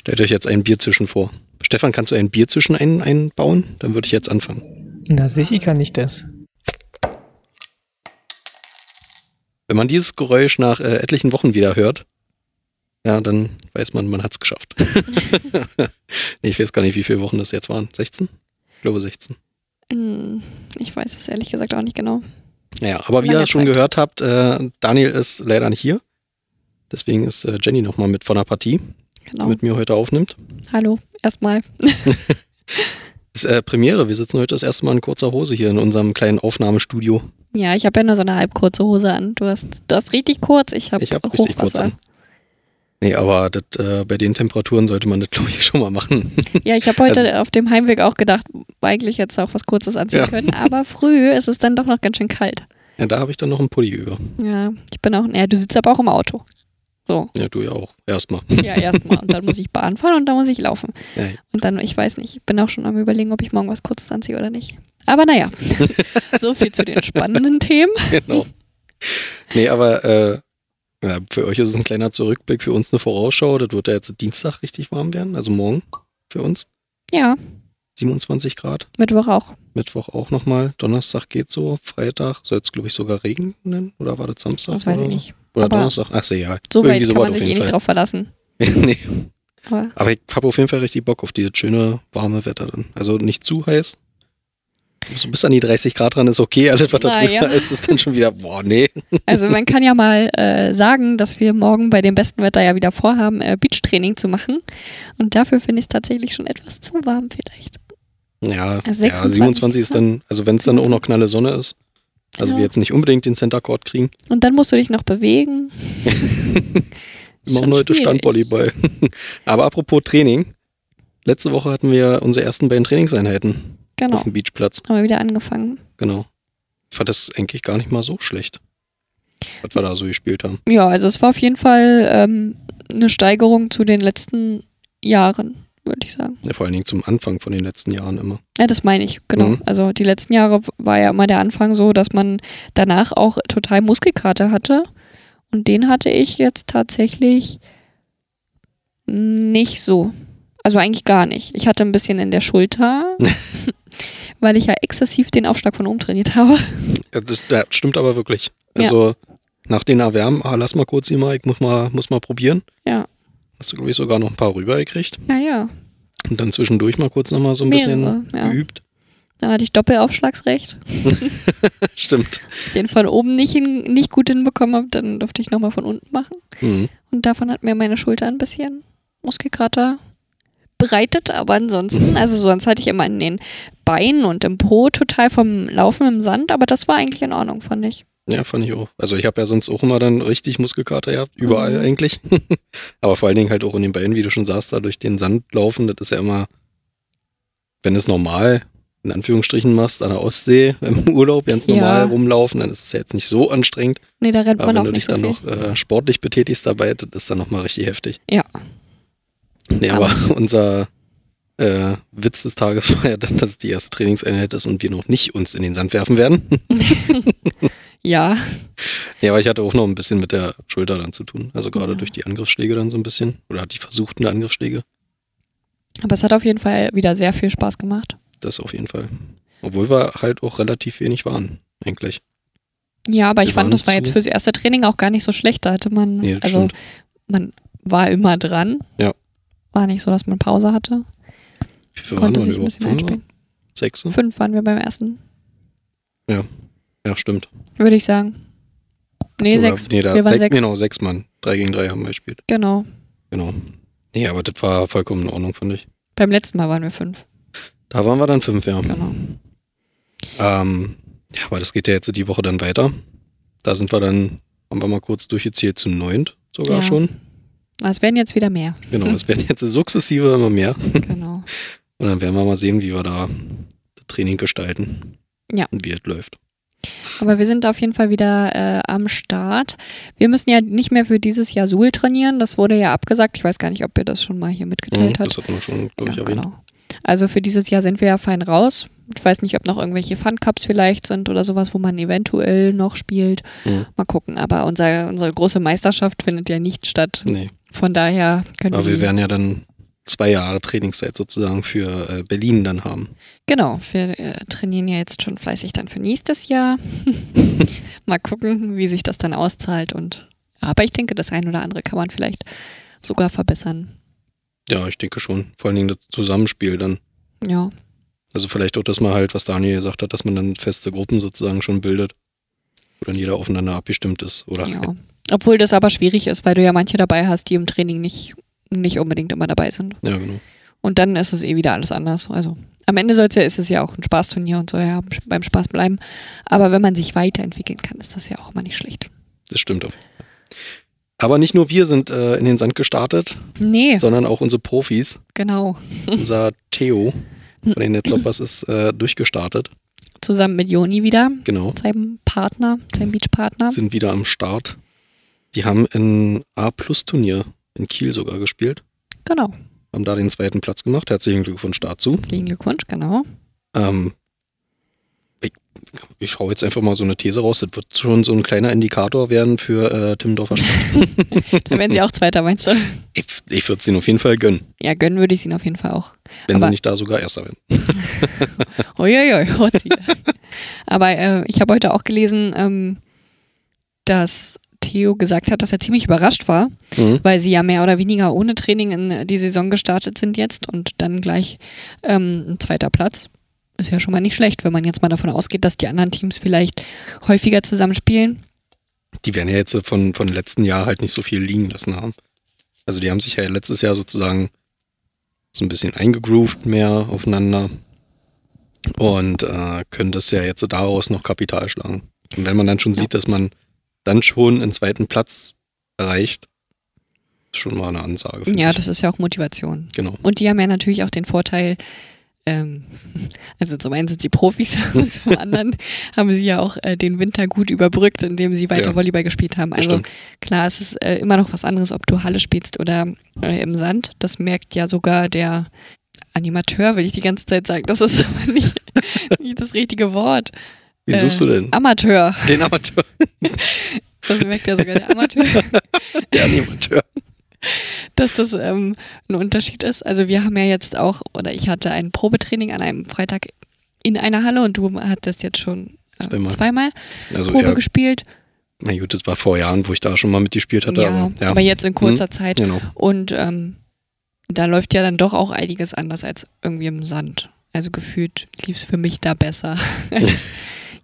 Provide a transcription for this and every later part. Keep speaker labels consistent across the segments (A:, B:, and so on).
A: Stellt euch jetzt ein Bier zwischen vor. Stefan, kannst du ein Bier zwischen ein, einbauen? Dann würde ich jetzt anfangen.
B: Na, sicher kann ich das.
A: Wenn man dieses Geräusch nach äh, etlichen Wochen wieder hört, ja, dann weiß man, man hat es geschafft. nee, ich weiß gar nicht, wie viele Wochen das jetzt waren. 16? Ich glaube 16.
C: Hm, Ich weiß es ehrlich gesagt auch nicht genau.
A: Naja, aber wie
C: Lange
A: ihr schon
C: Zeit.
A: gehört habt, äh, Daniel ist leider nicht hier. Deswegen ist äh, Jenny nochmal mit von der Partie, die
C: Genau.
A: mit mir heute aufnimmt.
C: Hallo, erstmal.
A: Ist äh, Premiere, wir sitzen heute das erste Mal in kurzer Hose hier in unserem kleinen Aufnahmestudio.
C: Ja, ich habe ja nur so eine halb kurze Hose an. Du hast, du hast richtig kurz, ich habe
A: Ich habe
C: Hochwasser.
A: richtig kurz an. Nee, aber das, äh, bei den Temperaturen sollte man das, glaube ich, schon mal machen.
C: Ja, ich habe heute auf dem Heimweg auch gedacht, eigentlich jetzt auch was Kurzes anziehen
A: Also Ja.
C: können, aber früh ist es dann doch noch ganz schön kalt.
A: ja, da habe ich dann noch einen Pulli über.
C: Ja, ich bin auch, ja, du sitzt aber auch im Auto. So,
A: Ja, du ja auch. Erstmal.
C: ja, erstmal. Und dann muss ich Bahn fahren und dann muss ich laufen.
A: Ja.
C: Und dann, ich weiß nicht, ich bin auch schon am Überlegen, ob ich morgen was Kurzes anziehe oder nicht. Aber naja, so viel zu den spannenden Themen.
A: genau. Nee, aber äh, ja, für euch ist es ein kleiner Zurückblick, für uns eine Vorausschau. Das wird ja jetzt Dienstag richtig warm werden, also morgen für uns.
C: Ja,
A: 27 Grad.
C: Mittwoch auch.
A: Mittwoch auch nochmal. Donnerstag geht so. Freitag soll es, glaube ich, sogar regnen. Oder war das Samstag?
C: Das weiß
A: oder
C: ich
A: so?
C: nicht.
A: Oder
C: Aber
A: Donnerstag? Ach, ist egal.
C: So weit
A: Irgendwie
C: kann
A: sowas
C: man sich eh nicht drauf verlassen.
A: nee.
C: Aber
A: Aber ich habe auf jeden Fall richtig Bock auf dieses schöne, warme Wetter dann. Also nicht zu heiß. So bis an die 30 Grad dran ist okay. Alles, was da
C: Na
A: drüber
C: ja.
A: ist, ist dann schon wieder, boah, nee.
C: Also man kann ja mal äh, sagen, dass wir morgen bei dem besten Wetter ja wieder vorhaben, äh, Beachtraining zu machen. Und dafür finde ich es tatsächlich schon etwas zu warm vielleicht.
A: Ja,
C: Also
A: ja 27 ist dann, also wenn es dann auch noch knalle Sonne ist. Also
C: Genau.
A: wir jetzt nicht unbedingt den Center Court kriegen.
C: Und dann musst du dich noch bewegen.
A: Wir machen heute
C: schwierig.
A: Standvolleyball. Aber apropos Training. Letzte Woche hatten wir unsere ersten beiden Trainingseinheiten
C: Genau,
A: auf dem Beachplatz.
C: haben wir wieder angefangen.
A: Genau. Ich fand das eigentlich gar nicht mal so schlecht, was wir da so gespielt haben.
C: Ja, also es war auf jeden Fall ähm, eine Steigerung zu den letzten Jahren, würde ich sagen.
A: Ja, vor allen Dingen zum Anfang von den letzten Jahren immer.
C: Ja, das meine ich, genau.
A: Mhm.
C: Also die letzten Jahre war ja immer der Anfang so, dass man danach auch total Muskelkater hatte. Und den hatte ich jetzt tatsächlich nicht so. Also eigentlich gar nicht. Ich hatte ein bisschen in der Schulter, weil ich ja exzessiv den Aufschlag von oben trainiert habe.
A: Ja, das, ja, stimmt aber wirklich.
C: Ja.
A: Also nach den Erwärmen, ah, lass mal kurz hier mal, ich muss mal, muss mal probieren.
C: Ja.
A: Hast du, glaube ich, sogar noch ein paar rübergekriegt.
C: Naja,
A: Und dann zwischendurch mal kurz nochmal so ein bisschen
C: mehrere. Ja.
A: geübt.
C: Dann hatte ich Doppelaufschlagsrecht.
A: Stimmt.
C: Wenn ich den von oben nicht, hin, nicht gut hinbekommen habe, dann durfte ich nochmal von unten machen.
A: Mhm.
C: Und davon hat mir meine Schulter ein bisschen Muskelkater bereitet, aber ansonsten, also sonst hatte ich immer in den Beinen und im Po total vom Laufen im Sand, aber das war eigentlich in Ordnung, fand ich.
A: Ja, fand ich auch. Also ich habe ja sonst auch immer dann richtig Muskelkater gehabt, überall
C: Mhm.
A: eigentlich. Aber vor allen Dingen halt auch in den Beinen, wie du schon sagst, da durch den Sand laufen, das ist ja immer, wenn es normal in Anführungsstrichen machst, an der Ostsee im Urlaub ganz
C: Ja.
A: normal rumlaufen, dann ist es ja jetzt nicht so anstrengend.
C: Nee, da rennt
A: Aber wenn
C: man auch
A: du dich
C: nicht so
A: dann
C: viel.
A: noch äh, sportlich betätigst dabei, das ist dann nochmal richtig heftig.
C: Ja.
A: Nee, aber unser äh, Witz des Tages war ja dann, dass es die erste Trainingseinheit ist und wir noch nicht uns in den Sand werfen werden.
C: Ja,
A: Ja, aber ich hatte auch noch ein bisschen mit der Schulter dann zu tun. Also gerade
C: Ja.
A: durch die Angriffsschläge dann so ein bisschen. Oder die versuchten Angriffsschläge.
C: aber es hat auf jeden Fall wieder sehr viel Spaß gemacht.
A: Das auf jeden Fall. Obwohl wir halt auch relativ wenig waren, eigentlich.
C: Ja, aber ich
A: Wir
C: fand,
A: waren
C: das war
A: zu-
C: jetzt fürs erste Training auch gar nicht so schlecht. Da hatte man,
A: Nee, das
C: also
A: stimmt.
C: man war immer dran.
A: Ja.
C: War nicht so, dass man Pause hatte.
A: Wie viele
C: konnte
A: wir
C: sich ein
A: überhaupt?
C: bisschen
A: Fünf?
C: einspielen.
A: Sechs? ne?
C: Fünf waren wir beim ersten,
A: Ja, stimmt.
C: würde ich sagen. Nee,
A: Oder-
C: sechs.
A: Nee, da,
C: wir waren
A: sech-
C: sechs.
A: Genau, sechs Mann. Drei gegen drei haben wir gespielt.
C: Genau.
A: Genau. Nee, aber das war vollkommen in Ordnung, fand ich.
C: Beim letzten Mal waren wir fünf.
A: Da waren wir dann fünf, ja.
C: Genau.
A: Ähm, ja, aber das geht ja jetzt die Woche dann weiter. Da sind wir dann, haben wir mal kurz durchgezählt, zu neunt sogar
C: Ja.
A: schon.
C: Na, Ah, Es werden jetzt wieder mehr.
A: Genau, es werden jetzt sukzessive immer mehr.
C: Genau.
A: Und dann werden wir mal sehen, wie wir da das Training gestalten.
C: Ja.
A: Und wie es läuft.
C: Aber wir sind auf jeden Fall wieder äh, am Start. Wir müssen ja nicht mehr für dieses Jahr Suhl trainieren. Das wurde ja abgesagt. Ich weiß gar nicht, ob ihr das schon mal hier
A: Mhm,
C: mitgeteilt habt.
A: das hatten wir schon, glaube ich,
C: Ja,
A: erwähnt.
C: genau. Also für dieses Jahr sind wir ja fein raus. Ich weiß nicht, ob noch irgendwelche Fun Cups vielleicht sind oder sowas, wo man eventuell noch spielt.
A: Mhm.
C: Mal gucken. Aber unser, unsere große Meisterschaft findet ja nicht statt.
A: Nee.
C: Von daher können
A: Mhm. Aber wir
C: die-
A: werden ja dann zwei Jahre Trainingszeit sozusagen für äh, Berlin dann haben.
C: Genau, wir äh, trainieren ja jetzt schon fleißig dann für nächstes Jahr. Mal gucken, wie sich das dann auszahlt und aber ich denke, das ein oder andere kann man vielleicht sogar verbessern.
A: Ja, ich denke schon. Vor allen Dingen das Zusammenspiel dann.
C: Ja.
A: Also vielleicht auch, dass man halt, was Daniel gesagt hat, dass man dann feste Gruppen sozusagen schon bildet, wo dann jeder aufeinander abgestimmt ist. Oder
C: ja. Obwohl das aber schwierig ist, weil du ja manche dabei hast, die im Training nicht, nicht unbedingt immer dabei sind.
A: ja genau.
C: Und dann ist es eh wieder alles anders. Also am Ende soll's ja, ist es ja auch ein Spaßturnier und soll ja beim Spaß bleiben. Aber wenn man sich weiterentwickeln kann, ist das ja auch immer nicht schlecht.
A: Das stimmt auch. Aber nicht nur wir sind äh, in den Sand gestartet,
C: Nee,
A: sondern auch unsere Profis.
C: genau.
A: Unser Theo von den Netzhoppers ist äh, durchgestartet.
C: Zusammen mit Joni wieder,
A: Genau.
C: seinem Partner, seinem Beachpartner.
A: Sind wieder am Start. Die haben ein A-Plus-Turnier in Kiel sogar gespielt.
C: Genau.
A: Haben da den zweiten Platz gemacht. Herzlichen Glückwunsch dazu.
C: Herzlichen Glückwunsch, genau.
A: Ähm, ich ich hau jetzt einfach mal so eine These raus. Das wird schon so ein kleiner Indikator werden für äh, Timmendorfer Stadt.
C: Dann werden sie auch Zweiter, meinst du?
A: Ich, ich würde es ihnen auf jeden Fall gönnen,
C: Ja, gönnen würde ich es ihnen auf jeden Fall auch.
A: wenn sie
C: Aber-
A: nicht da sogar Erster werden.
C: Uiuiui, holt sie. Aber äh, ich habe heute auch gelesen, ähm, dass Theo gesagt hat, dass er ziemlich überrascht war,
A: Mhm.
C: weil sie ja mehr oder weniger ohne Training in äh, die Saison gestartet sind jetzt und dann gleich ähm, ein zweiter Platz. Ist ja schon mal nicht schlecht, wenn man jetzt mal davon ausgeht, dass die anderen Teams vielleicht häufiger zusammenspielen.
A: Die werden ja jetzt äh, von, von letzten Jahr halt nicht so viel liegen lassen haben. Also die haben sich ja letztes Jahr sozusagen so ein bisschen eingegroovt mehr aufeinander und äh, können das ja jetzt daraus noch Kapital schlagen. Und wenn man dann schon sieht, dass man dann schon einen zweiten Platz erreicht, ist schon mal eine Ansage. finde
C: Ja,
A: ich.
C: das ist ja auch Motivation.
A: genau.
C: Und die haben ja natürlich auch den Vorteil, ähm, also zum einen sind sie Profis und zum anderen haben sie ja auch äh, den Winter gut überbrückt, indem sie weiter
A: Ja.
C: Volleyball gespielt haben. Also
A: Stimmt.
C: klar, es ist äh, immer noch was anderes, ob du Halle spielst oder äh, im Sand. Das merkt ja sogar der Animateur, will ich die ganze Zeit sagen. Das ist aber nicht, nicht das richtige Wort.
A: Wen
C: äh,
A: suchst du denn?
C: Amateur.
A: Den Amateur.
C: Das merkt ja sogar der Amateur.
A: Der Amateur.
C: dass das ähm, ein Unterschied ist. Also wir haben ja jetzt auch, oder ich hatte ein Probetraining an einem Freitag in einer Halle und du hattest jetzt schon äh,
A: Zweimal.
C: zweimal,
A: Also
C: Probe
A: ja,
C: gespielt.
A: na gut, das war vor Jahren, wo ich da schon mal mitgespielt hatte.
C: ja,
A: aber, ja.
C: aber jetzt in kurzer Zeit.
A: genau.
C: Und ähm, da läuft ja dann doch auch einiges anders als irgendwie im Sand. Also gefühlt lief es für mich da besser als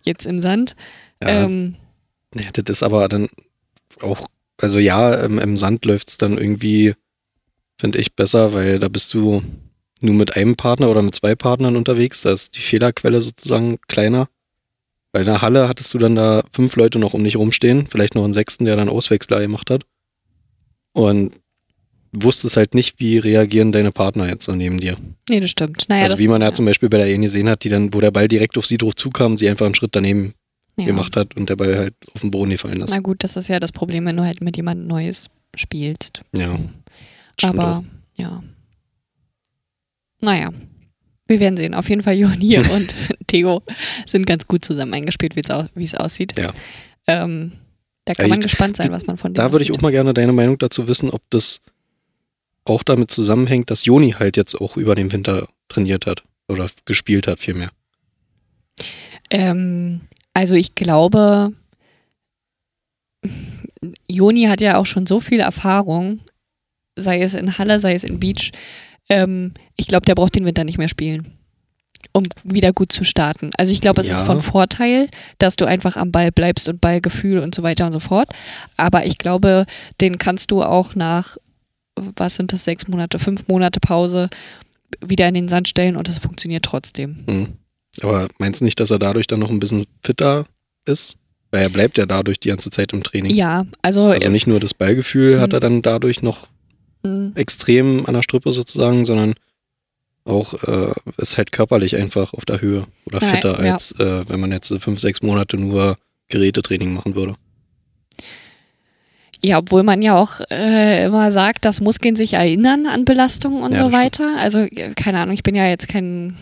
C: jetzt im Sand.
A: Ja.
C: Ähm,
A: Ja, das ist aber dann auch, also ja, im, im Sand läuft's dann irgendwie, finde ich, besser, weil da bist du nur mit einem Partner oder mit zwei Partnern unterwegs. Da ist die Fehlerquelle sozusagen kleiner. Bei einer Halle hattest du dann da fünf Leute noch um dich rumstehen, vielleicht noch einen sechsten, der dann Auswechsler gemacht hat. Und wusstest halt nicht, wie reagieren deine Partner jetzt so neben dir.
C: nee, das stimmt. Naja,
A: also
C: das,
A: wie man ja, zum Beispiel bei der Eni gesehen hat, die dann, wo der Ball direkt auf sie drauf zukam, sie einfach einen Schritt daneben
C: ja.
A: gemacht hat und der Ball halt auf den Boden gefallen ist.
C: Na gut, das ist ja das Problem, wenn du halt mit jemand Neues spielst.
A: Ja. Stimmt
C: Aber
A: auch.
C: ja. Naja, wir werden sehen. Auf jeden Fall Joni und Theo sind ganz gut zusammen eingespielt, wie's au- wie es aussieht.
A: Ja.
C: Ähm, da kann
A: Ja,
C: man
A: ich-
C: gespannt sein, was man von denen
A: Da würde ich auch mal gerne deine Meinung dazu wissen, ob das auch damit zusammenhängt, dass Joni halt jetzt auch über den Winter trainiert hat oder gespielt hat vielmehr.
C: Ähm, also ich glaube, Joni hat ja auch schon so viel Erfahrung, sei es in Halle, sei es in Beach. Ähm, ich glaube, der braucht den Winter nicht mehr spielen, um wieder gut zu starten. Also ich glaube, es ist
A: Ja.
C: von Vorteil, dass du einfach am Ball bleibst und Ballgefühl und so weiter und so fort. Aber ich glaube, den kannst du auch nach, was sind das, sechs Monate, fünf Monate Pause wieder in den Sand stellen und es funktioniert trotzdem.
A: Mhm. Aber meinst du nicht, dass er dadurch dann noch ein bisschen fitter ist? Weil er bleibt ja dadurch die ganze Zeit im Training.
C: Ja, also,
A: Also nicht nur das Ballgefühl hat
C: Mhm.
A: er dann dadurch noch
C: ähm,
A: extrem an der Strippe sozusagen, sondern auch äh, ist halt körperlich einfach auf der Höhe oder
C: Ja,
A: fitter,
C: ja.
A: als äh, wenn man jetzt fünf, sechs Monate nur Gerätetraining machen würde.
C: Ja, obwohl man ja auch äh, immer sagt, dass Muskeln sich erinnern an Belastungen und
A: Ja,
C: so
A: das
C: weiter. Also, äh, keine Ahnung, ich bin ja jetzt kein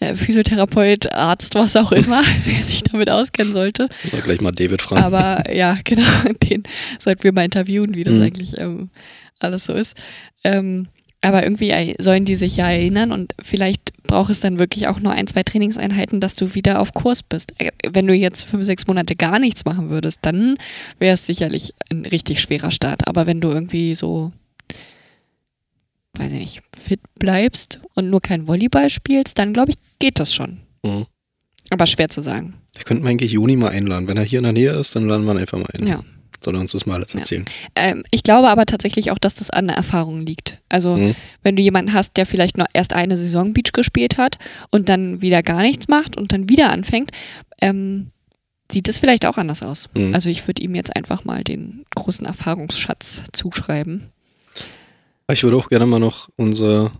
C: äh, Physiotherapeut, Arzt, was auch immer, der sich damit auskennen sollte.
A: Oder gleich mal David fragen.
C: Aber ja, genau, den sollten wir mal interviewen, wie das
A: Mhm.
C: eigentlich ähm, alles so ist. Ähm, Aber irgendwie ey, sollen die sich ja erinnern und vielleicht braucht es dann wirklich auch nur ein, zwei Trainingseinheiten, dass du wieder auf Kurs bist. Äh, Wenn du jetzt fünf, sechs Monate gar nichts machen würdest, dann wäre es sicherlich ein richtig schwerer Start. Aber wenn du irgendwie so, weiß ich nicht, fit bleibst und nur kein Volleyball spielst, dann glaube ich, geht das schon.
A: Mhm.
C: Aber schwer zu sagen.
A: Wir könnten eigentlich Juni mal einladen. Wenn er hier in der Nähe ist, dann laden wir ihn einfach mal ein.
C: Ja.
A: Soll er uns das mal alles
C: Ja.
A: erzählen.
C: Ähm, ich glaube aber tatsächlich auch, dass das an der Erfahrung liegt. Also
A: Mhm.
C: wenn du jemanden hast, der vielleicht noch erst eine Saison Beach gespielt hat und dann wieder gar nichts macht und dann wieder anfängt, ähm, sieht es vielleicht auch anders aus.
A: Mhm.
C: Also ich würde ihm jetzt einfach mal den großen Erfahrungsschatz zuschreiben.
A: Aber Ich würde auch gerne mal noch unsere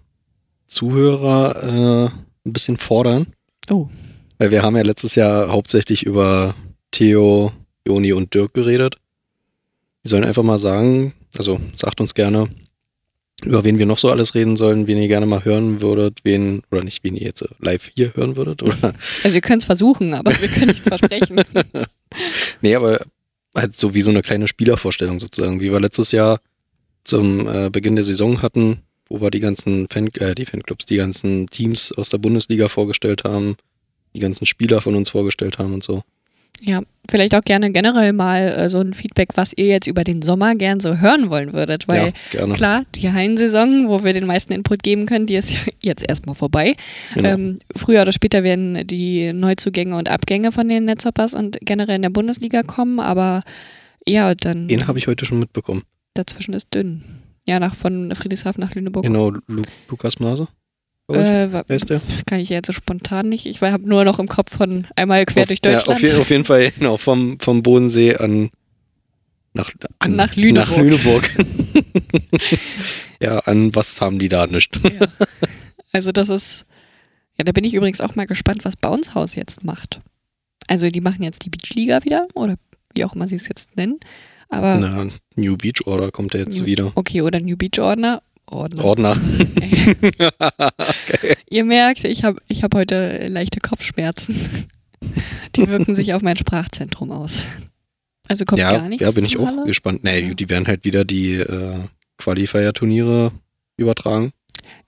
A: Zuhörer äh, ein bisschen fordern.
C: Oh.
A: Weil wir haben ja letztes Jahr hauptsächlich über Theo, Joni und Dirk geredet. Die sollen einfach mal sagen, also sagt uns gerne, über wen wir noch so alles reden sollen, wen ihr gerne mal hören würdet, wen, oder nicht, wen ihr jetzt äh, live hier hören würdet, oder
C: Also ihr könnt es versuchen, aber wir können nichts versprechen.
A: Nee, aber halt so wie so eine kleine Spielervorstellung sozusagen, wie wir letztes Jahr zum äh, Beginn der Saison hatten, wo wir die ganzen Fan, äh, die Fanclubs, die ganzen Teams aus der Bundesliga vorgestellt haben, die ganzen Spieler von uns vorgestellt haben und so.
C: Ja, vielleicht auch gerne generell mal äh, so ein Feedback, was ihr jetzt über den Sommer gern so hören wollen würdet, weil
A: ja, gerne.
C: Klar, die Hallensaison, wo wir den meisten Input geben können, die ist ja jetzt erstmal vorbei.
A: Genau.
C: Ähm, früher oder später werden die Neuzugänge und Abgänge von den Netzhoppers und generell in der Bundesliga kommen, aber ja, dann
A: Den habe ich heute schon mitbekommen.
C: dazwischen ist dünn. Ja, nach von Friedrichshafen nach Lüneburg.
A: Genau, Lu Lukas Maser. Wer
C: Äh, wa-
A: ist der?
C: kann ich jetzt so spontan nicht. Ich habe nur noch im Kopf von einmal quer
A: Auf-
C: durch
A: Ja,
C: Deutschland.
A: auf, je- auf jeden Fall, genau, vom, vom Bodensee an nach, an,
C: Nach Lüneburg.
A: Nach Lüneburg. ja, an was haben die da nicht?
C: Also das ist, ja, da bin ich übrigens auch mal gespannt, was Bounce House jetzt macht. Also die machen jetzt die Beachliga wieder oder wie auch immer sie es jetzt nennen. Aber
A: Na, New Beach Order kommt ja jetzt
C: Ah. New-
A: wieder.
C: okay, oder New Beach Ordner. Ordner.
A: Ordner.
C: Ihr merkt, ich habe ich hab heute leichte Kopfschmerzen. Die wirken sich auf mein Sprachzentrum aus. Also kommt
A: ja,
C: gar nichts.
A: ja, bin ich
C: zur
A: auch
C: Halle?
A: gespannt. Nee,
C: Ja.
A: die werden halt wieder die äh, Qualifier-Turniere übertragen.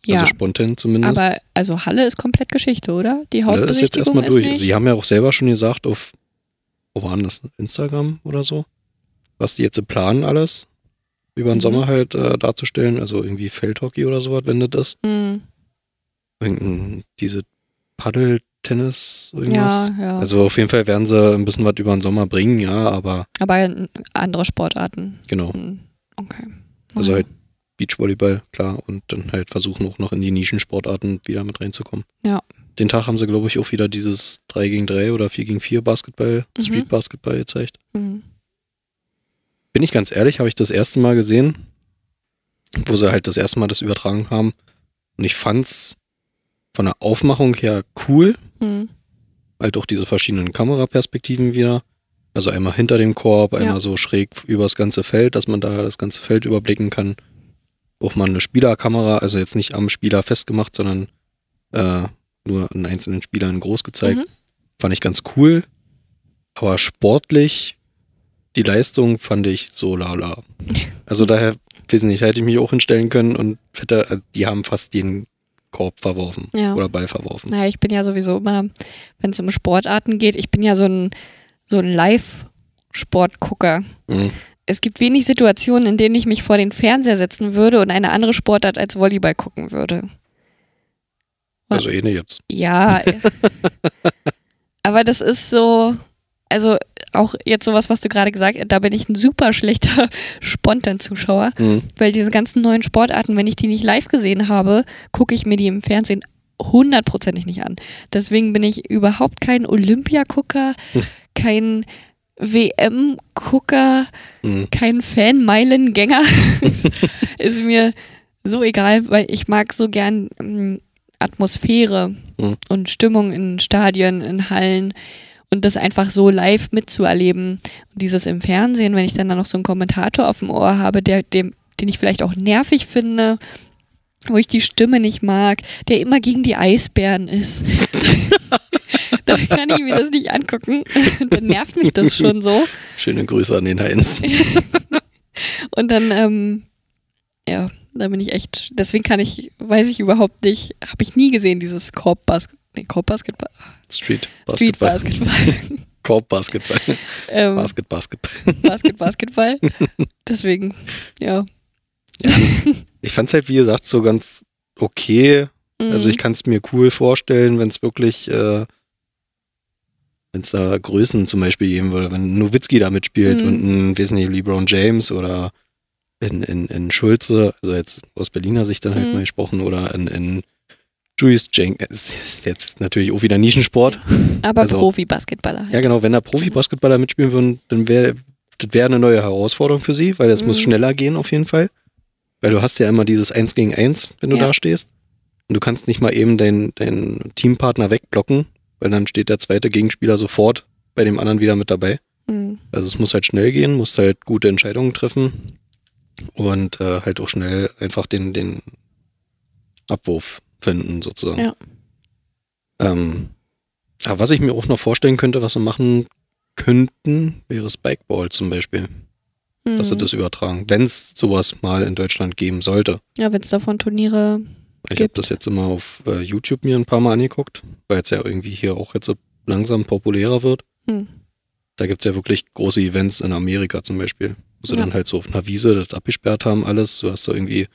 C: Ja,
A: Also spontan zumindest.
C: aber also Halle ist komplett Geschichte, oder?
A: das ist
C: Die
A: jetzt
C: Hausbesichtigung
A: erstmal
C: ist,
A: durch.
C: nicht.
A: Also, die haben ja auch selber schon gesagt auf, wo waren das? Instagram oder so? Was die jetzt so planen alles. Über den
C: Mhm.
A: Sommer halt äh, darzustellen. Also irgendwie Feldhockey oder sowas, wenn das ist.
C: Hm,
A: Irgendein, diese Paddel-Tennis, irgendwas.
C: ja, ja.
A: Also auf jeden Fall werden sie ein bisschen was über den Sommer bringen, ja, aber
C: aber n- andere Sportarten.
A: genau.
C: Hm, Okay.
A: Also
C: Ja.
A: halt Beachvolleyball, klar, und dann halt versuchen auch noch in die Nischensportarten wieder mit reinzukommen.
C: Ja.
A: Den Tag haben sie, glaube ich, auch wieder dieses 3 gegen 3 oder 4 gegen 4 Basketball,
C: Mhm.
A: Street Basketball gezeigt.
C: Hm.
A: Bin ich ganz ehrlich, habe ich das erste Mal gesehen, wo sie halt das erste Mal das übertragen haben. Und ich fand's von der Aufmachung her cool,
C: Hm.
A: halt auch diese verschiedenen Kameraperspektiven wieder. Also einmal hinter dem Korb, einmal
C: Ja.
A: so schräg übers ganze Feld, dass man da das ganze Feld überblicken kann. Auch mal eine Spielerkamera, also jetzt nicht am Spieler festgemacht, sondern äh, nur an einzelnen Spielern groß gezeigt.
C: Mhm.
A: Fand ich ganz cool. Aber sportlich, die Leistung fand ich so lala. Also daher, weiß nicht, hätte ich mich auch hinstellen können und hätte, also die haben fast den Korb verworfen
C: Ja.
A: oder Ball verworfen.
C: Naja, ich bin ja sowieso immer, wenn es um Sportarten geht, ich bin ja so ein, so ein Live-Sportgucker.
A: Mhm.
C: Es gibt wenig Situationen, in denen ich mich vor den Fernseher setzen würde und eine andere Sportart als Volleyball gucken würde.
A: Also ähnlich jetzt.
C: Ja. aber das ist so, also auch jetzt sowas, was du gerade gesagt hast, da bin ich ein super schlechter Spontan-Zuschauer,
A: Mhm.
C: weil diese ganzen neuen Sportarten, wenn ich die nicht live gesehen habe, gucke ich mir die im Fernsehen hundertprozentig nicht an. Deswegen bin ich überhaupt kein Olympiagucker, kein WM-Gucker,
A: Mhm.
C: kein Fan-Meilengänger. ist mir so egal, weil ich mag so gern ähm, Atmosphäre
A: Mhm.
C: und Stimmung in Stadien, in Hallen und das einfach so live mitzuerleben. Und dieses im Fernsehen, wenn ich dann da noch so einen Kommentator auf dem Ohr habe, der, dem, den ich vielleicht auch nervig finde, wo ich die Stimme nicht mag, der immer gegen die Eisbären ist. da kann ich mir das nicht angucken. dann nervt mich das schon so.
A: Schöne Grüße an den Heinz.
C: Und dann, ähm, Ja, da bin ich echt. Deswegen kann ich, weiß ich überhaupt nicht, habe ich nie gesehen, dieses Korbbasket. Nee, Korb-Basketball.
A: Street
C: Street
A: Basketball.
C: Basketball.
A: Korb Basketball.
C: ähm,
A: Basket Basketball.
C: Basket, Basketball. Deswegen, ja.
A: Ich fand's halt, wie gesagt, so ganz okay.
C: Mhm.
A: Also ich kann es mir cool vorstellen, wenn es wirklich, äh, wenn es da Größen zum Beispiel geben würde, wenn Nowitzki da mitspielt
C: Mhm.
A: und ein, weiß nicht, LeBron James oder in, in, in Schulze, also jetzt aus Berliner Sicht dann halt
C: Mhm.
A: mal gesprochen, oder in, in Julius Jenkins, das ist jetzt natürlich auch wieder Nischensport.
C: Aber
A: also-
C: Profi-Basketballer. halt.
A: Ja genau, wenn da Profi-Basketballer mitspielen würden, dann wäre das wäre eine neue Herausforderung für sie, weil das muss
C: Mhm.
A: schneller gehen auf jeden Fall. Weil du hast ja immer dieses Eins gegen Eins, wenn du
C: Ja.
A: da stehst. Und du kannst nicht mal eben deinen deinen Teampartner wegblocken, weil dann steht der zweite Gegenspieler sofort bei dem anderen wieder mit dabei.
C: Mhm.
A: Also es muss halt schnell gehen, musst halt gute Entscheidungen treffen und äh, halt auch schnell einfach den, den Abwurf finden, sozusagen.
C: Ja.
A: Ähm, aber was ich mir auch noch vorstellen könnte, was wir machen könnten, wäre Spikeball zum Beispiel, dass sie
C: Mhm.
A: das übertragen, wenn es sowas mal in Deutschland geben sollte.
C: Hm. Ja, wenn es davon Turniere.
A: Ich habe
C: Gibt.
A: das jetzt immer auf äh, YouTube mir ein paar Mal angeguckt, weil es ja irgendwie hier auch jetzt so langsam populärer wird.
C: Hm.
A: Da gibt's ja wirklich große Events in Amerika zum Beispiel, wo sie
C: Ja.
A: dann halt so auf einer Wiese das abgesperrt haben, alles. Du hast da irgendwie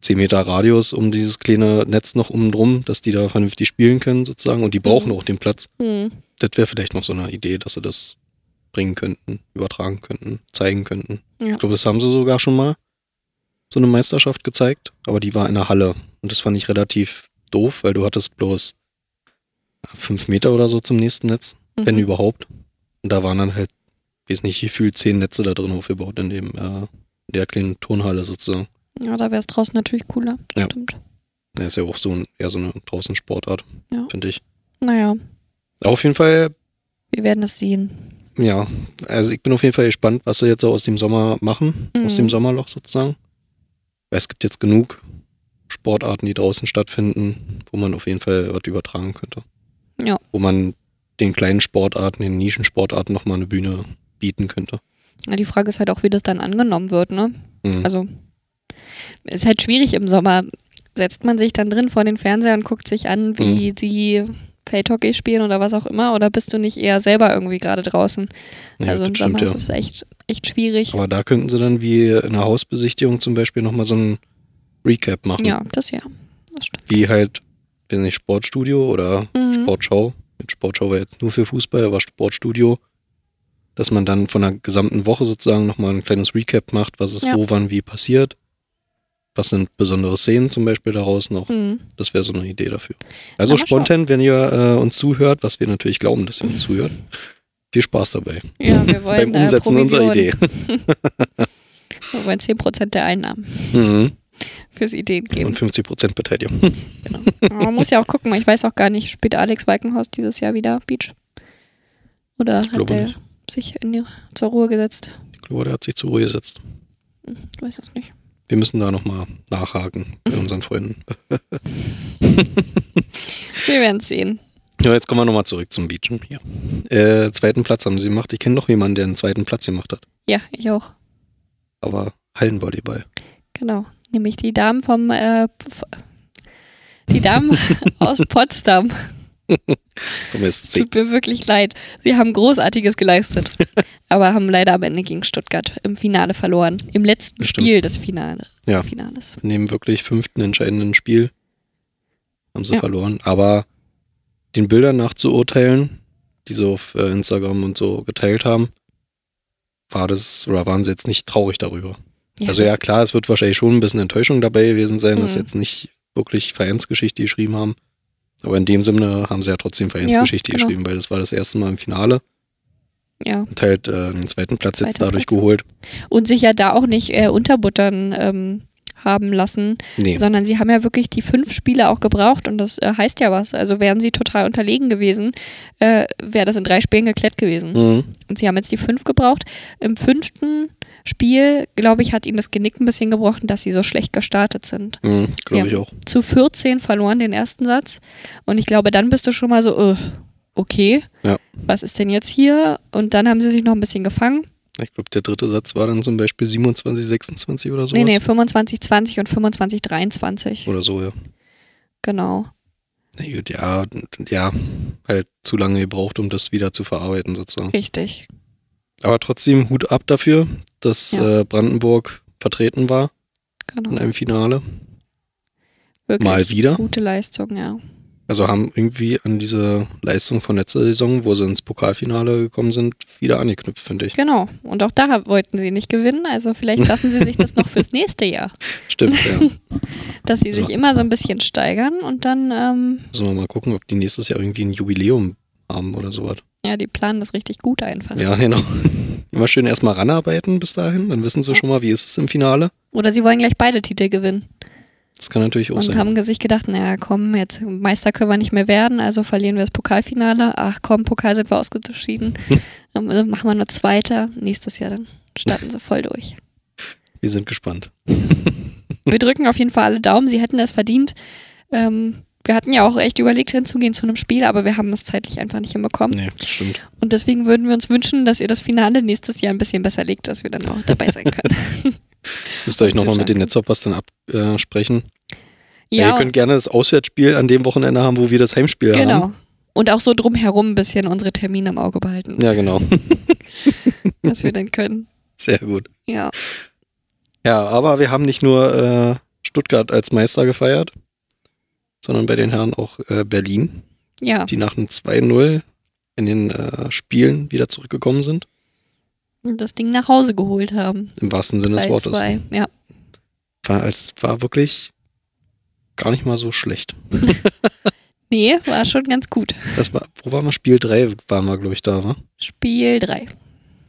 A: 10 Meter Radius um dieses kleine Netz noch um drum, dass die da vernünftig spielen können sozusagen und die
C: Mhm.
A: brauchen auch den Platz.
C: Hm.
A: Das wäre vielleicht noch so eine Idee, dass sie das bringen könnten, übertragen könnten, zeigen könnten.
C: Ja.
A: Ich glaube, das haben sie sogar schon mal so eine Meisterschaft gezeigt, aber die war in der Halle und das fand ich relativ doof, weil du hattest bloß fünf Meter oder so zum nächsten Netz wenn
C: Mhm.
A: überhaupt. Und da waren dann halt, weiß nicht, gefühlt zehn Netze da drin aufgebaut in dem, äh, in der kleinen Turnhalle sozusagen.
C: Ja, da wäre es draußen natürlich cooler.
A: Ja.
C: Stimmt.
A: Das ist ja auch so ein, eher so eine draußen Sportart,
C: Ja.
A: finde ich.
C: Naja,
A: Auf jeden Fall,
C: wir werden es sehen.
A: ja, also ich bin auf jeden Fall gespannt, was sie jetzt so aus dem Sommer machen,
C: Mhm.
A: aus dem Sommerloch sozusagen. Weil es gibt jetzt genug Sportarten, die draußen stattfinden, wo man auf jeden Fall was übertragen könnte.
C: Ja.
A: Wo man den kleinen Sportarten, den Nischensportarten nochmal eine Bühne bieten könnte.
C: Ja, die Frage ist halt auch, wie das dann angenommen wird, ne?
A: Mhm.
C: Also, ist halt schwierig im Sommer. Setzt man sich dann drin vor den Fernseher und guckt sich an,
A: Mhm.
C: wie sie Feldhockey spielen oder was auch immer? Oder bist du nicht eher selber irgendwie gerade draußen?
A: Ja,
C: also im
A: das stimmt,
C: Sommer
A: ja.
C: ist es echt, echt schwierig.
A: Aber da könnten sie dann wie in einer Hausbesichtigung zum Beispiel nochmal so ein Recap machen.
C: Ja, das ja. Das stimmt.
A: Wie halt, wenn nicht Sportstudio oder
C: Mhm.
A: Sportschau. Mit Sportschau war jetzt nur für Fußball, aber Sportstudio, dass man dann von der gesamten Woche sozusagen nochmal ein kleines Recap macht, was ist
C: Ja.
A: wo, wann, wie passiert. Was sind besondere Szenen zum Beispiel daraus noch?
C: Mhm.
A: Das wäre so eine Idee dafür. Also
C: mal schauen.
A: spontan, wenn ihr äh, uns zuhört, was wir natürlich glauben, dass ihr uns zuhört, viel Spaß dabei
C: Ja, wir wollen
A: beim Umsetzen
C: äh,
A: unserer Idee.
C: Provision. Wir wollen 10% der Einnahmen
A: Mhm.
C: fürs Ideen geben.
A: Und 50% Beteiligung.
C: Aber Man muss ja auch gucken. Ich weiß auch gar nicht, spielt Alex Walkenhaus dieses Jahr wieder Beach? Oder
A: Ich
C: hat
A: glaube
C: er
A: nicht.
C: sich in die, zur Ruhe gesetzt?
A: Ich glaube, der hat sich zur Ruhe gesetzt.
C: Ich weiß es nicht.
A: Wir müssen da nochmal nachhaken bei unseren Freunden.
C: Wir werden es sehen.
A: Ja, jetzt kommen wir nochmal zurück zum Beachen hier. Äh, zweiten Platz haben sie gemacht. Ich kenne noch jemanden, der einen zweiten Platz gemacht hat.
C: Ja, ich auch.
A: Aber Hallenvolleyball.
C: Genau. Nämlich die Damen vom äh, f- die Damen aus Potsdam.
A: Vom SC.
C: Tut mir wirklich leid. Sie haben Großartiges geleistet. aber haben leider am Ende gegen Stuttgart im Finale verloren. Im letzten
A: Stimmt.
C: Spiel des Finale,
A: Ja.
C: Finales.
A: In dem wirklich fünften entscheidenden Spiel haben sie
C: Ja.
A: verloren. Aber den Bildern nach zu urteilen, die sie auf äh, Instagram und so geteilt haben, war das, oder waren sie jetzt nicht traurig darüber. also ja,
C: das-
A: klar, es wird wahrscheinlich schon ein bisschen Enttäuschung dabei gewesen sein, dass sie
C: Mhm.
A: jetzt nicht wirklich Vereinsgeschichte geschrieben haben. Aber in dem Sinne haben sie ja trotzdem Vereinsgeschichte
C: Ja, genau.
A: geschrieben, weil das war das erste Mal im Finale
C: ja.
A: und halt äh, den zweiten Platz jetzt
C: Zweiter
A: dadurch
C: Platz.
A: geholt.
C: Und sich ja da auch nicht äh, unterbuttern ähm, haben lassen,
A: Nee,
C: sondern sie haben ja wirklich die fünf Spiele auch gebraucht und das äh, heißt ja was. Also wären sie total unterlegen gewesen, äh, wäre das in drei Spielen geklärt gewesen.
A: mhm.
C: Und sie haben jetzt die fünf gebraucht. Im fünften Spiel, glaube ich, hat ihnen das Genick ein bisschen gebrochen, dass sie so schlecht gestartet sind.
A: Mhm. glaube ich
C: Ja.
A: auch.
C: Zu 14 verloren den ersten Satz und ich glaube, dann bist du schon mal so, äh, okay,
A: Ja.
C: was ist denn jetzt hier? Und dann haben sie sich noch ein bisschen gefangen
A: Ich glaube, der dritte Satz war dann zum Beispiel 27, 26 oder so.
C: Nee, nee, 25, 20 und 25, 23.
A: Oder so, ja.
C: Genau.
A: Na gut, ja, und- ja, halt zu lange gebraucht, um das wieder zu verarbeiten sozusagen.
C: Richtig.
A: Aber trotzdem Hut ab dafür, dass
C: Ja.
A: äh, Brandenburg vertreten war in
C: Genau.
A: einem Finale.
C: Wirklich
A: Mal wieder.
C: Gute Leistung, ja.
A: Also haben irgendwie an diese Leistung von letzter Saison, wo sie ins Pokalfinale gekommen sind, wieder angeknüpft, finde ich.
C: Genau. Und auch da wollten sie nicht gewinnen. Also vielleicht lassen sie sich das noch fürs nächste Jahr.
A: Stimmt, ja.
C: Dass sie sich
A: So.
C: immer so ein bisschen steigern und dann, ähm,
A: Müssen wir mal gucken, ob die nächstes Jahr irgendwie ein Jubiläum haben oder sowas.
C: ja, die planen das richtig gut einfach.
A: Ja, genau. Immer schön erstmal ranarbeiten bis dahin, dann wissen sie schon mal, wie ist es im Finale.
C: Oder sie wollen gleich beide Titel gewinnen.
A: Das kann natürlich auch
C: und
A: sein.
C: haben sich gedacht, naja, komm, jetzt Meister können wir nicht mehr werden, also verlieren wir das Pokalfinale. Ach komm, Pokal sind wir ausgeschieden. Dann machen wir nur Zweiter. Nächstes Jahr dann starten sie voll durch.
A: wir sind gespannt.
C: Wir drücken auf jeden Fall alle Daumen. Sie hätten das verdient. Ähm, wir hatten ja auch echt überlegt, hinzugehen zu einem Spiel, aber wir haben es zeitlich einfach nicht hinbekommen.
A: Nee, das stimmt.
C: Und deswegen würden wir uns wünschen, dass ihr das Finale nächstes Jahr ein bisschen besser legt, dass wir dann auch dabei sein können.
A: Müsst ihr euch nochmal mit den Netzhoppers dann absprechen. Ja, ihr
C: und-
A: könnt gerne das Auswärtsspiel an dem Wochenende haben, wo wir das Heimspiel haben.
C: genau. Und auch so drumherum ein bisschen unsere Termine im Auge behalten,
A: Ja, genau.
C: was wir dann können.
A: Sehr gut.
C: Ja,
A: Ja, aber wir haben nicht nur äh, Stuttgart als Meister gefeiert, sondern bei den Herren auch äh, Berlin,
C: ja,
A: die nach einem 2-0 in den äh, Spielen wieder zurückgekommen sind,
C: und das Ding nach Hause geholt haben.
A: im wahrsten Sinne des
C: Drei,
A: Wortes.
C: zwei. Ja,
A: War, es war wirklich gar nicht mal so schlecht.
C: nee, war schon ganz gut.
A: Das war, wo waren wir? Spiel 3 waren wir, glaube ich, da, war.
C: Spiel 3.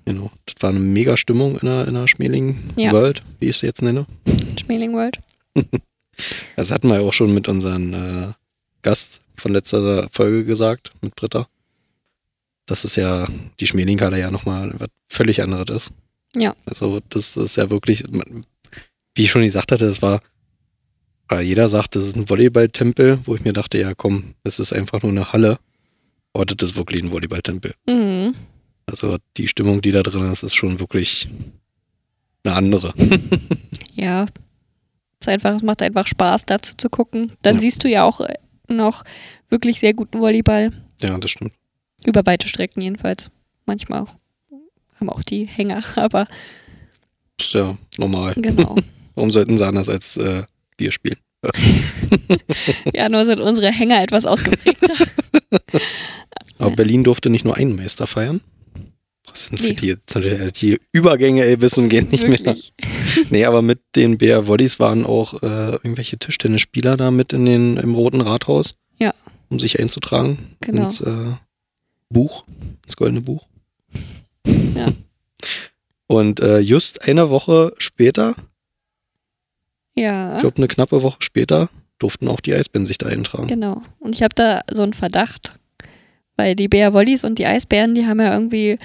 A: Genau. Das war eine mega Stimmung in der, in der Schmeling
C: Ja.
A: World, wie ich es jetzt nenne.
C: Schmeling World.
A: Das hatten wir ja auch schon mit unserem äh, Gast von letzter Folge gesagt, mit Britta. Dass es ja, die Schmelinghalle ja nochmal was völlig anderes ist.
C: Ja.
A: Also, das ist ja wirklich, man- wie ich schon gesagt hatte, das war, weil jeder sagt, das ist ein Volleyballtempel, wo ich mir dachte, ja komm, das ist einfach nur eine Halle. Aber das ist wirklich ein Volleyballtempel.
C: Mhm.
A: Also, die Stimmung, die da drin ist, ist schon wirklich eine andere.
C: Ja, es, ist einfach, es macht einfach Spaß, dazu zu gucken. Dann
A: Ja.
C: siehst du ja auch äh, noch wirklich sehr guten Volleyball.
A: Ja, das stimmt.
C: Über weite Strecken jedenfalls. Manchmal auch. Haben auch die Hänger, aber
A: Ist ja normal.
C: genau.
A: Warum sollten sie anders als äh, wir spielen?
C: ja, nur sind unsere Hänger etwas ausgeprägter.
A: Aber
C: Ja.
A: Berlin durfte nicht nur einen Meister feiern. Was sind für
C: Nee.
A: die, zu der- die Übergänge, ey, wissen gehen nicht mehr.
C: Wirklich.
A: Nee, aber mit den BR Volleys waren auch äh, irgendwelche Tischtennisspieler da mit in den, im Roten Rathaus.
C: Ja.
A: Um sich einzutragen
C: Genau.
A: ins äh, Buch, ins Goldene Buch.
C: Ja.
A: Und äh, just eine Woche später, ich
C: Ja,
A: glaube eine knappe Woche später, durften auch die Eisbären sich da eintragen.
C: genau. Und ich habe da so einen Verdacht, weil die Bär-Wollis und die Eisbären, die haben ja irgendwie,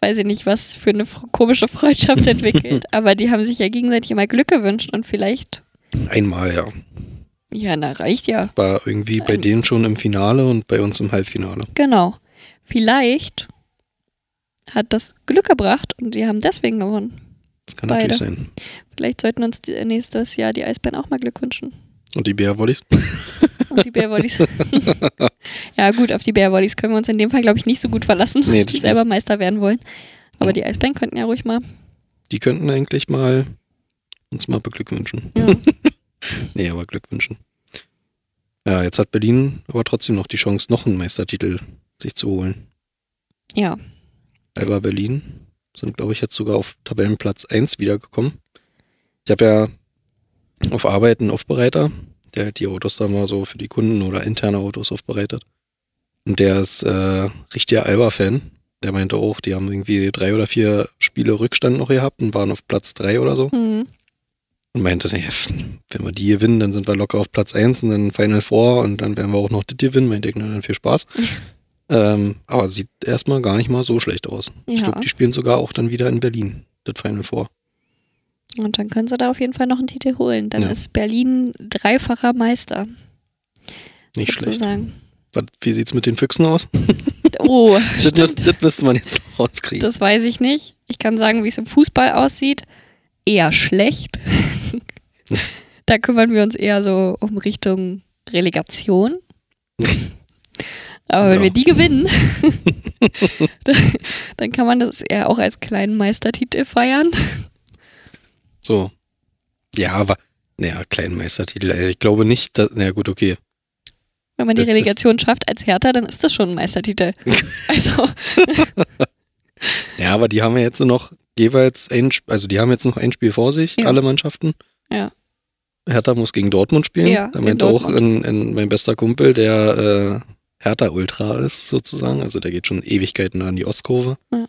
C: weiß ich nicht, was für eine fr- komische Freundschaft entwickelt, aber die haben sich ja gegenseitig immer Glück gewünscht und vielleicht,
A: Einmal, ja.
C: ja, na, reicht ja.
A: War irgendwie bei
C: Ein-
A: denen schon im Finale und bei uns im Halbfinale.
C: Genau. Vielleicht hat das Glück gebracht und die haben deswegen gewonnen.
A: Das kann
C: Beide.
A: natürlich sein.
C: Vielleicht sollten uns die- nächstes Jahr die Eisbären auch mal Glück wünschen.
A: Und die Bärwollis?
C: Und die Bärwollis. ja, gut, auf die Bärwollis können wir uns in dem Fall, glaube ich, nicht so gut verlassen,
A: Nee, das
C: die
A: stimmt.
C: selber Meister werden wollen. Aber
A: Ja.
C: die Eisbären könnten ja ruhig mal.
A: Die könnten eigentlich mal uns mal beglückwünschen.
C: Ja.
A: Nee, aber Glückwünschen. Ja, jetzt hat Berlin aber trotzdem noch die Chance, noch einen Meistertitel sich zu holen.
C: ja.
A: Alba Berlin sind, glaube ich, jetzt sogar auf Tabellenplatz 1 wiedergekommen. Ich habe ja auf Arbeit einen Aufbereiter, der halt die Autos da mal so für die Kunden oder interne Autos aufbereitet. Und der ist äh, richtiger Alba-Fan. Der meinte auch, die haben irgendwie drei oder vier Spiele Rückstand noch gehabt und waren auf Platz 3 oder so.
C: Hm.
A: Und meinte, naja, wenn wir die gewinnen, dann sind wir locker auf Platz 1 und dann Final Four und dann werden wir auch noch das gewinnen. Meinte ich, na, dann viel Spaß. ähm, aber sieht erstmal gar nicht mal so schlecht aus. Ich
C: ja.
A: glaube, die spielen sogar auch dann wieder in Berlin, das Final Four.
C: Und dann können sie da auf jeden Fall noch einen Titel holen. Dann
A: Ja.
C: ist Berlin dreifacher Meister.
A: Nicht schlecht.
C: sozusagen.
A: Was, wie sieht's mit den Füchsen aus?
C: Oh,
A: Das,
C: stimmt.
A: müsst, das müsste man jetzt noch rauskriegen.
C: Das weiß ich nicht. Ich kann sagen, wie es im Fußball aussieht. Eher schlecht. da kümmern wir uns eher so um Richtung Relegation. Aber wenn
A: Ja.
C: wir die gewinnen, dann- dann kann man das eher auch als kleinen Meistertitel feiern.
A: So. Ja, aber, naja, kleinen Meistertitel. Also Ich glaube nicht, dass, naja, gut, okay.
C: Wenn man die
A: Das ist-
C: Relegation schafft als Hertha, dann ist das schon ein Meistertitel. Also,
A: Ja, aber die haben ja jetzt noch jeweils ein, Sp- also die haben jetzt noch ein Spiel vor sich,
C: Ja.
A: alle Mannschaften.
C: Ja.
A: Hertha muss gegen Dortmund spielen.
C: Ja,
A: da
C: in
A: meinte auch ein, ein, mein bester Kumpel, der äh, Hertha Ultra ist sozusagen. Also der geht schon Ewigkeiten an die Ostkurve.
C: Ja.
A: Und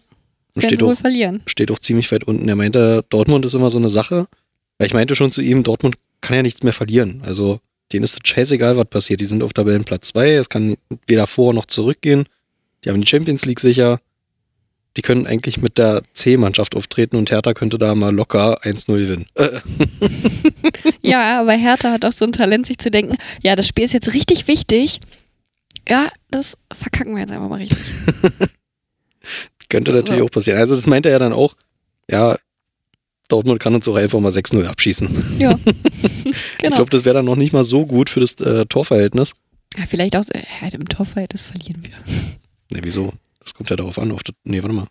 C: werden
A: steht
C: sie wohl
A: auch,
C: verlieren.
A: steht auch ziemlich weit unten. Er meinte, Dortmund ist immer so eine Sache. Weil ich meinte schon zu ihm, Dortmund kann ja nichts mehr verlieren. Also denen ist das scheißegal, was passiert. Die sind auf Tabellenplatz 2. Es kann weder vor noch zurückgehen. Die haben die Champions League sicher. Die können eigentlich mit der C-Mannschaft auftreten und Hertha könnte da mal locker 1-0 gewinnen. Äh,
C: Ja, aber Hertha hat auch so ein Talent, sich zu denken, ja, das Spiel ist jetzt richtig wichtig. Ja, das verkacken wir jetzt einfach mal richtig.
A: könnte natürlich
C: Ja.
A: auch passieren. Also das meinte er dann auch. Ja, Dortmund kann uns auch einfach mal 6-0 abschießen.
C: Ja,
A: Ich
C: genau.
A: glaube, das wäre dann noch nicht mal so gut für das äh, Torverhältnis.
C: ja, vielleicht auch so, halt im Torfall, das verlieren wir.
A: Ne, wieso? Das kommt ja darauf an. Auf das, nee, warte mal.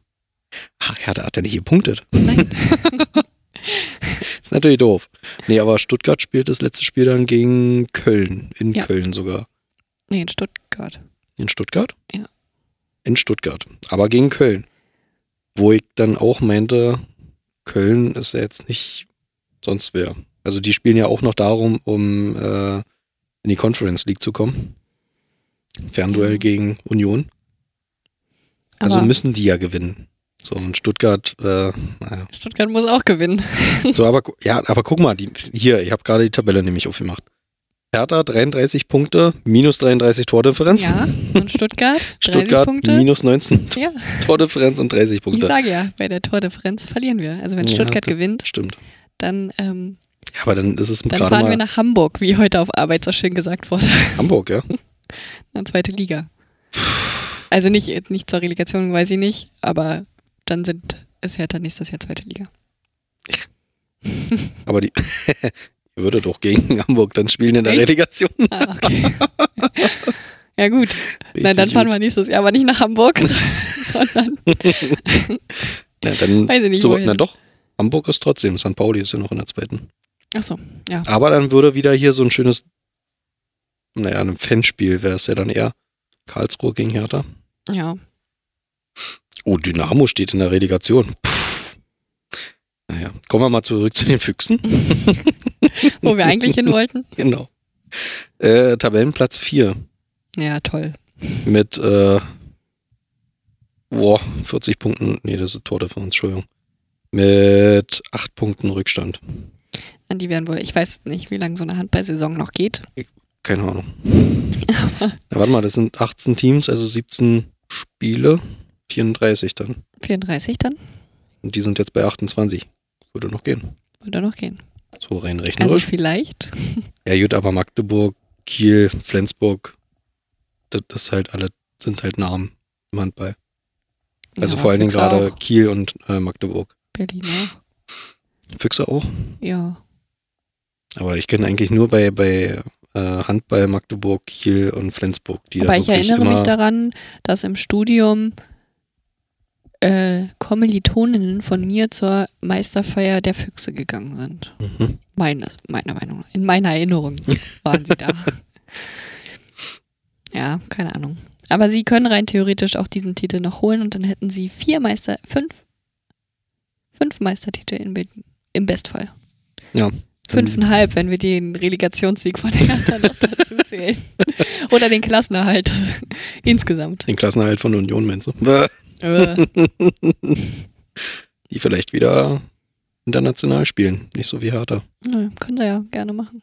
A: Ach, Hertha hat ja nicht gepunktet.
C: Nein.
A: Ist natürlich doof. Nee, aber Stuttgart spielt das letzte Spiel dann gegen Köln. In
C: Ja.
A: Köln sogar.
C: Nee, in Stuttgart.
A: In Stuttgart?
C: Ja.
A: In Stuttgart. Aber gegen Köln. Wo ich dann auch meinte, Köln ist ja jetzt nicht sonst wer. Also die spielen ja auch noch darum, um äh, in die Conference League zu kommen. Fernduell
C: Ja.
A: gegen Union.
C: Mhm. Aber
A: Also müssen die ja gewinnen. So, und Stuttgart, äh, naja.
C: Stuttgart muss auch gewinnen.
A: So, aber, gu- ja, aber guck mal, die, hier, ich habe gerade die Tabelle nämlich aufgemacht. Hertha 33 Punkte, minus 33 Tordifferenz.
C: Ja, und Stuttgart, 30
A: Stuttgart
C: Punkte.
A: minus 19
C: Ja,
A: Tordifferenz und 30
C: ich
A: Punkte.
C: sage ja, bei der Tordifferenz verlieren wir. Also wenn
A: Ja,
C: Stuttgart
A: das-
C: gewinnt,
A: Stimmt.
C: dann, ähm,
A: Ja, aber dann ist es
C: dann
A: gerade
C: fahren
A: mal
C: wir nach Hamburg, wie heute auf Arbeit so schön gesagt wurde.
A: Hamburg, ja?
C: Eine zweite Liga. Also nicht, nicht zur Relegation, weiß ich nicht, aber dann sind es Hertha nächstes Jahr zweite Liga.
A: Aber die, die würde doch gegen Hamburg dann spielen in der
C: Echt?
A: Relegation.
C: Ah, okay. ja, gut. Na, dann fahren wir nächstes Jahr aber nicht nach Hamburg, so- sondern,
A: Na, dann,
C: weiß ich nicht,
A: so,
C: wohin.
A: na doch, Hamburg ist trotzdem, St. Pauli ist ja noch in der zweiten.
C: achso,
A: Aber dann würde wieder hier so ein schönes, naja, ein Fanspiel wäre es ja dann eher. Karlsruhe gegen Hertha.
C: ja.
A: Oh, Dynamo steht in der Relegation. Pff. Naja, kommen wir mal zurück zu den Füchsen.
C: Wo wir eigentlich hin wollten.
A: Genau. Äh, Tabellenplatz 4
C: Ja, toll.
A: mit äh, boah, 40 Punkten. Nee, das ist Torte von uns, Entschuldigung. Mit 8 Punkten Rückstand.
C: An die werden wohl, ich weiß nicht, wie lange so eine Handballsaison noch geht.
A: Keine Ahnung. Na, warte mal, das sind 18 Teams, also 17 Spiele. 34 dann.
C: 34 dann?
A: Und die sind jetzt bei 28. Würde noch gehen.
C: Würde noch gehen.
A: So rein
C: Also
A: rechnerisch.
C: vielleicht.
A: ja, gut, aber Magdeburg, Kiel, Flensburg, das ist halt alle, sind halt Namen im Handball. Also
C: Ja,
A: vor allen Dingen
C: Füchse
A: gerade
C: auch.
A: Kiel und äh, Magdeburg.
C: Berlin auch.
A: Füchse auch.
C: Ja.
A: Aber ich kenne eigentlich nur bei, bei äh, Handball Magdeburg, Kiel und Flensburg. Die da
C: Aber ich
A: wirklich
C: erinnere mich
A: immer-
C: daran, dass im Studium äh, Kommilitoninnen von mir zur Meisterfeier der Füchse gegangen sind.
A: Mhm.
C: Meines, meiner Meinung nach. In meiner Erinnerung waren sie da. ja, keine Ahnung. Aber sie können rein theoretisch auch diesen Titel noch holen und dann hätten sie vier Meister, fünf, fünf Meistertitel in Berlin. Im Bestfall.
A: Ja.
C: Fünfeinhalb, wenn wir den Relegationssieg von Hertha noch dazu zählen. Oder den Klassenerhalt insgesamt.
A: Den Klassenerhalt von Union, meinst du?
C: Äh,
A: Die vielleicht wieder international spielen. Nicht so wie Hertha.
C: nö, können sie ja gerne machen.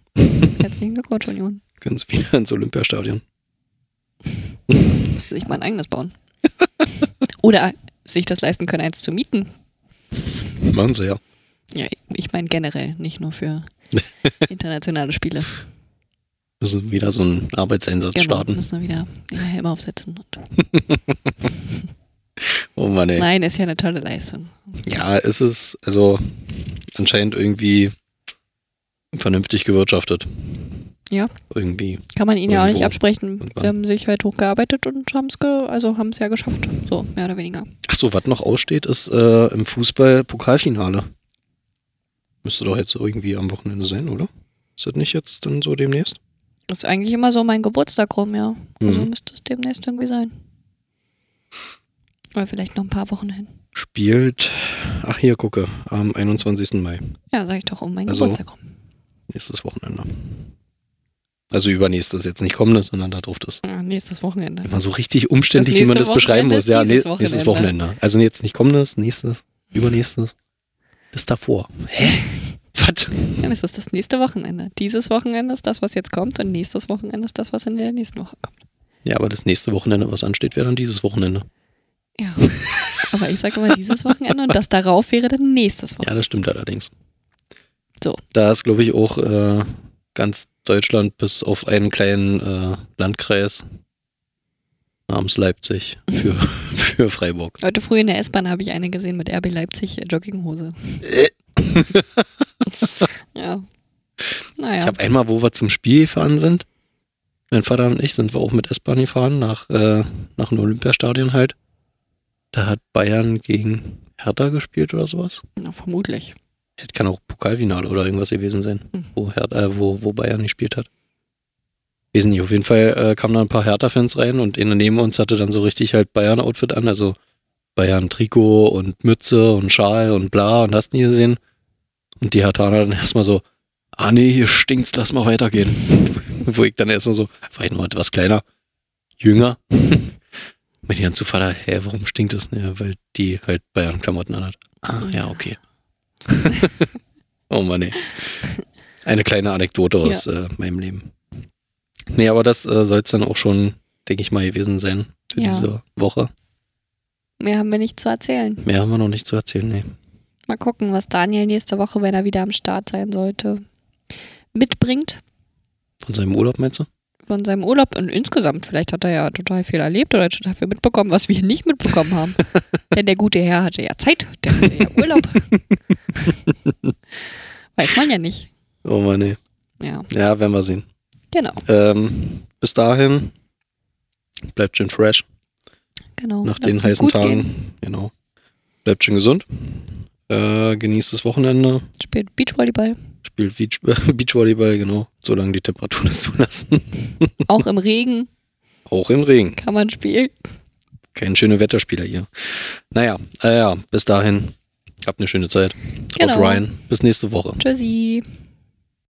C: Herzlichen Glückwunsch, Union.
A: Können sie wieder ins Olympiastadion.
C: Müsste sich mal ein eigenes bauen. Oder sich das leisten können, eins zu mieten.
A: Machen sie ja.
C: Ja, ich meine generell, nicht nur für internationale Spiele.
A: Müssen wieder so einen Arbeitseinsatz
C: Genau.
A: starten.
C: müssen wir wieder den Helm aufsetzen. Und
A: Oh Mann, ey.
C: Nein, ist ja eine tolle Leistung.
A: Ja, es ist also anscheinend irgendwie vernünftig gewirtschaftet.
C: Ja.
A: Irgendwie.
C: Kann man ihnen ja auch nicht
A: Irgendwo.
C: absprechen.
A: Irgendwann.
C: Sie haben sich halt hochgearbeitet und haben es ge also haben's ja geschafft. So, mehr oder weniger.
A: Ach so, was noch aussteht, ist äh, im Fußball Pokalfinale. Müsste doch jetzt irgendwie am Wochenende sein, oder? Ist das nicht jetzt dann so demnächst?
C: Ist eigentlich immer so mein Geburtstag rum, ja. Also
A: Mhm.
C: müsste es demnächst irgendwie sein. Oder vielleicht noch ein paar Wochen hin.
A: Spielt, ach hier, gucke, am 21. Mai,
C: Ja, sag ich doch, um meinen
A: Also-
C: Geburtstag rum.
A: nächstes Wochenende. Also übernächstes, jetzt nicht kommendes, sondern da drauf ist.
C: Ja, Ah, nächstes Wochenende.
A: Immer so richtig umständlich,
C: Das
A: wie man das
C: nächste
A: beschreiben
C: Wochenende
A: muss.
C: ist
A: Ja,
C: dieses
A: nä- nächstes
C: Wochenende.
A: Wochenende. Also jetzt nicht kommendes, nächstes, übernächstes, bis davor. Hä? Was?
C: Dann ist es das nächste Wochenende. Dieses Wochenende ist das, was jetzt kommt und nächstes Wochenende ist das, was in der nächsten Woche kommt.
A: Ja, aber das nächste Wochenende, was ansteht, wäre dann dieses Wochenende.
C: Ja. Aber ich sage immer dieses Wochenende und das darauf wäre dann nächstes Wochenende.
A: Ja, das stimmt allerdings.
C: So.
A: Da ist, glaube ich, auch äh, ganz Deutschland bis auf einen kleinen äh, Landkreis namens Leipzig für, für Freiburg.
C: Heute früh in der S-Bahn habe ich eine gesehen mit RB Leipzig äh, Jogginghose.
A: Äh.
C: ja.
A: Ich
C: Naja.
A: habe einmal, wo wir zum Spiel gefahren sind, mein Vater und ich sind wir auch mit S-Bahn gefahren nach, äh, nach dem Olympiastadion halt. Da hat Bayern gegen Hertha gespielt oder sowas.
C: Na, vermutlich.
A: Das kann auch Pokalfinale oder irgendwas gewesen sein,
C: Hm.
A: wo, Hertha, äh, wo, wo Bayern gespielt hat. Weiß nicht, auf jeden Fall äh, kamen da ein paar Hertha-Fans rein und einer neben uns hatte dann so richtig halt Bayern-Outfit an, also Bayern-Trikot und Mütze und Schal und bla und hast nie gesehen. Und die Herthaner dann erstmal so, ah nee, hier stinkt's, lass mal weitergehen. wo ich dann erstmal so, war ich noch etwas kleiner, jünger. Mit ihren Vater, hä, warum stinkt das? Ja, weil die halt Bayern-Klamotten anhat. Ah, ja, okay. oh Mann, ey. Eine kleine Anekdote aus äh, meinem Leben. Nee, aber das äh, soll es dann auch schon, denke ich mal, gewesen sein für
C: Ja.
A: diese Woche.
C: Mehr haben wir nicht zu erzählen.
A: Mehr haben wir noch nicht zu erzählen, nee.
C: Mal gucken, was Daniel nächste Woche, wenn er wieder am Start sein sollte, mitbringt
A: Von seinem Urlaub meinst du?
C: von seinem Urlaub. Und insgesamt, vielleicht hat er ja total viel erlebt oder total viel mitbekommen, was wir nicht mitbekommen haben. Denn der gute Herr hatte ja Zeit, der hatte ja Urlaub. Weiß man ja nicht.
A: Oh Mann, nee.
C: Ja,
A: Ja, werden wir sehen.
C: genau,
A: Ähm, bis dahin, bleibt schön fresh
C: genau.
A: nach
C: Lasst
A: den
C: euch
A: heißen
C: gut
A: Tagen.
C: Gehen.
A: Genau. Bleibt schön gesund. Äh, genießt das Wochenende.
C: Spielt Beachvolleyball,
A: Spielt Beach Beachvolleyball, genau. Solange die Temperaturen es zulassen.
C: auch im Regen
A: Auch im Regen.
C: kann man spielen.
A: Kein schöner Wetterspieler hier. Naja, äh, ja, bis dahin. Habt eine schöne Zeit. Haut
C: Genau.
A: rein. Bis nächste Woche.
C: Tschüssi.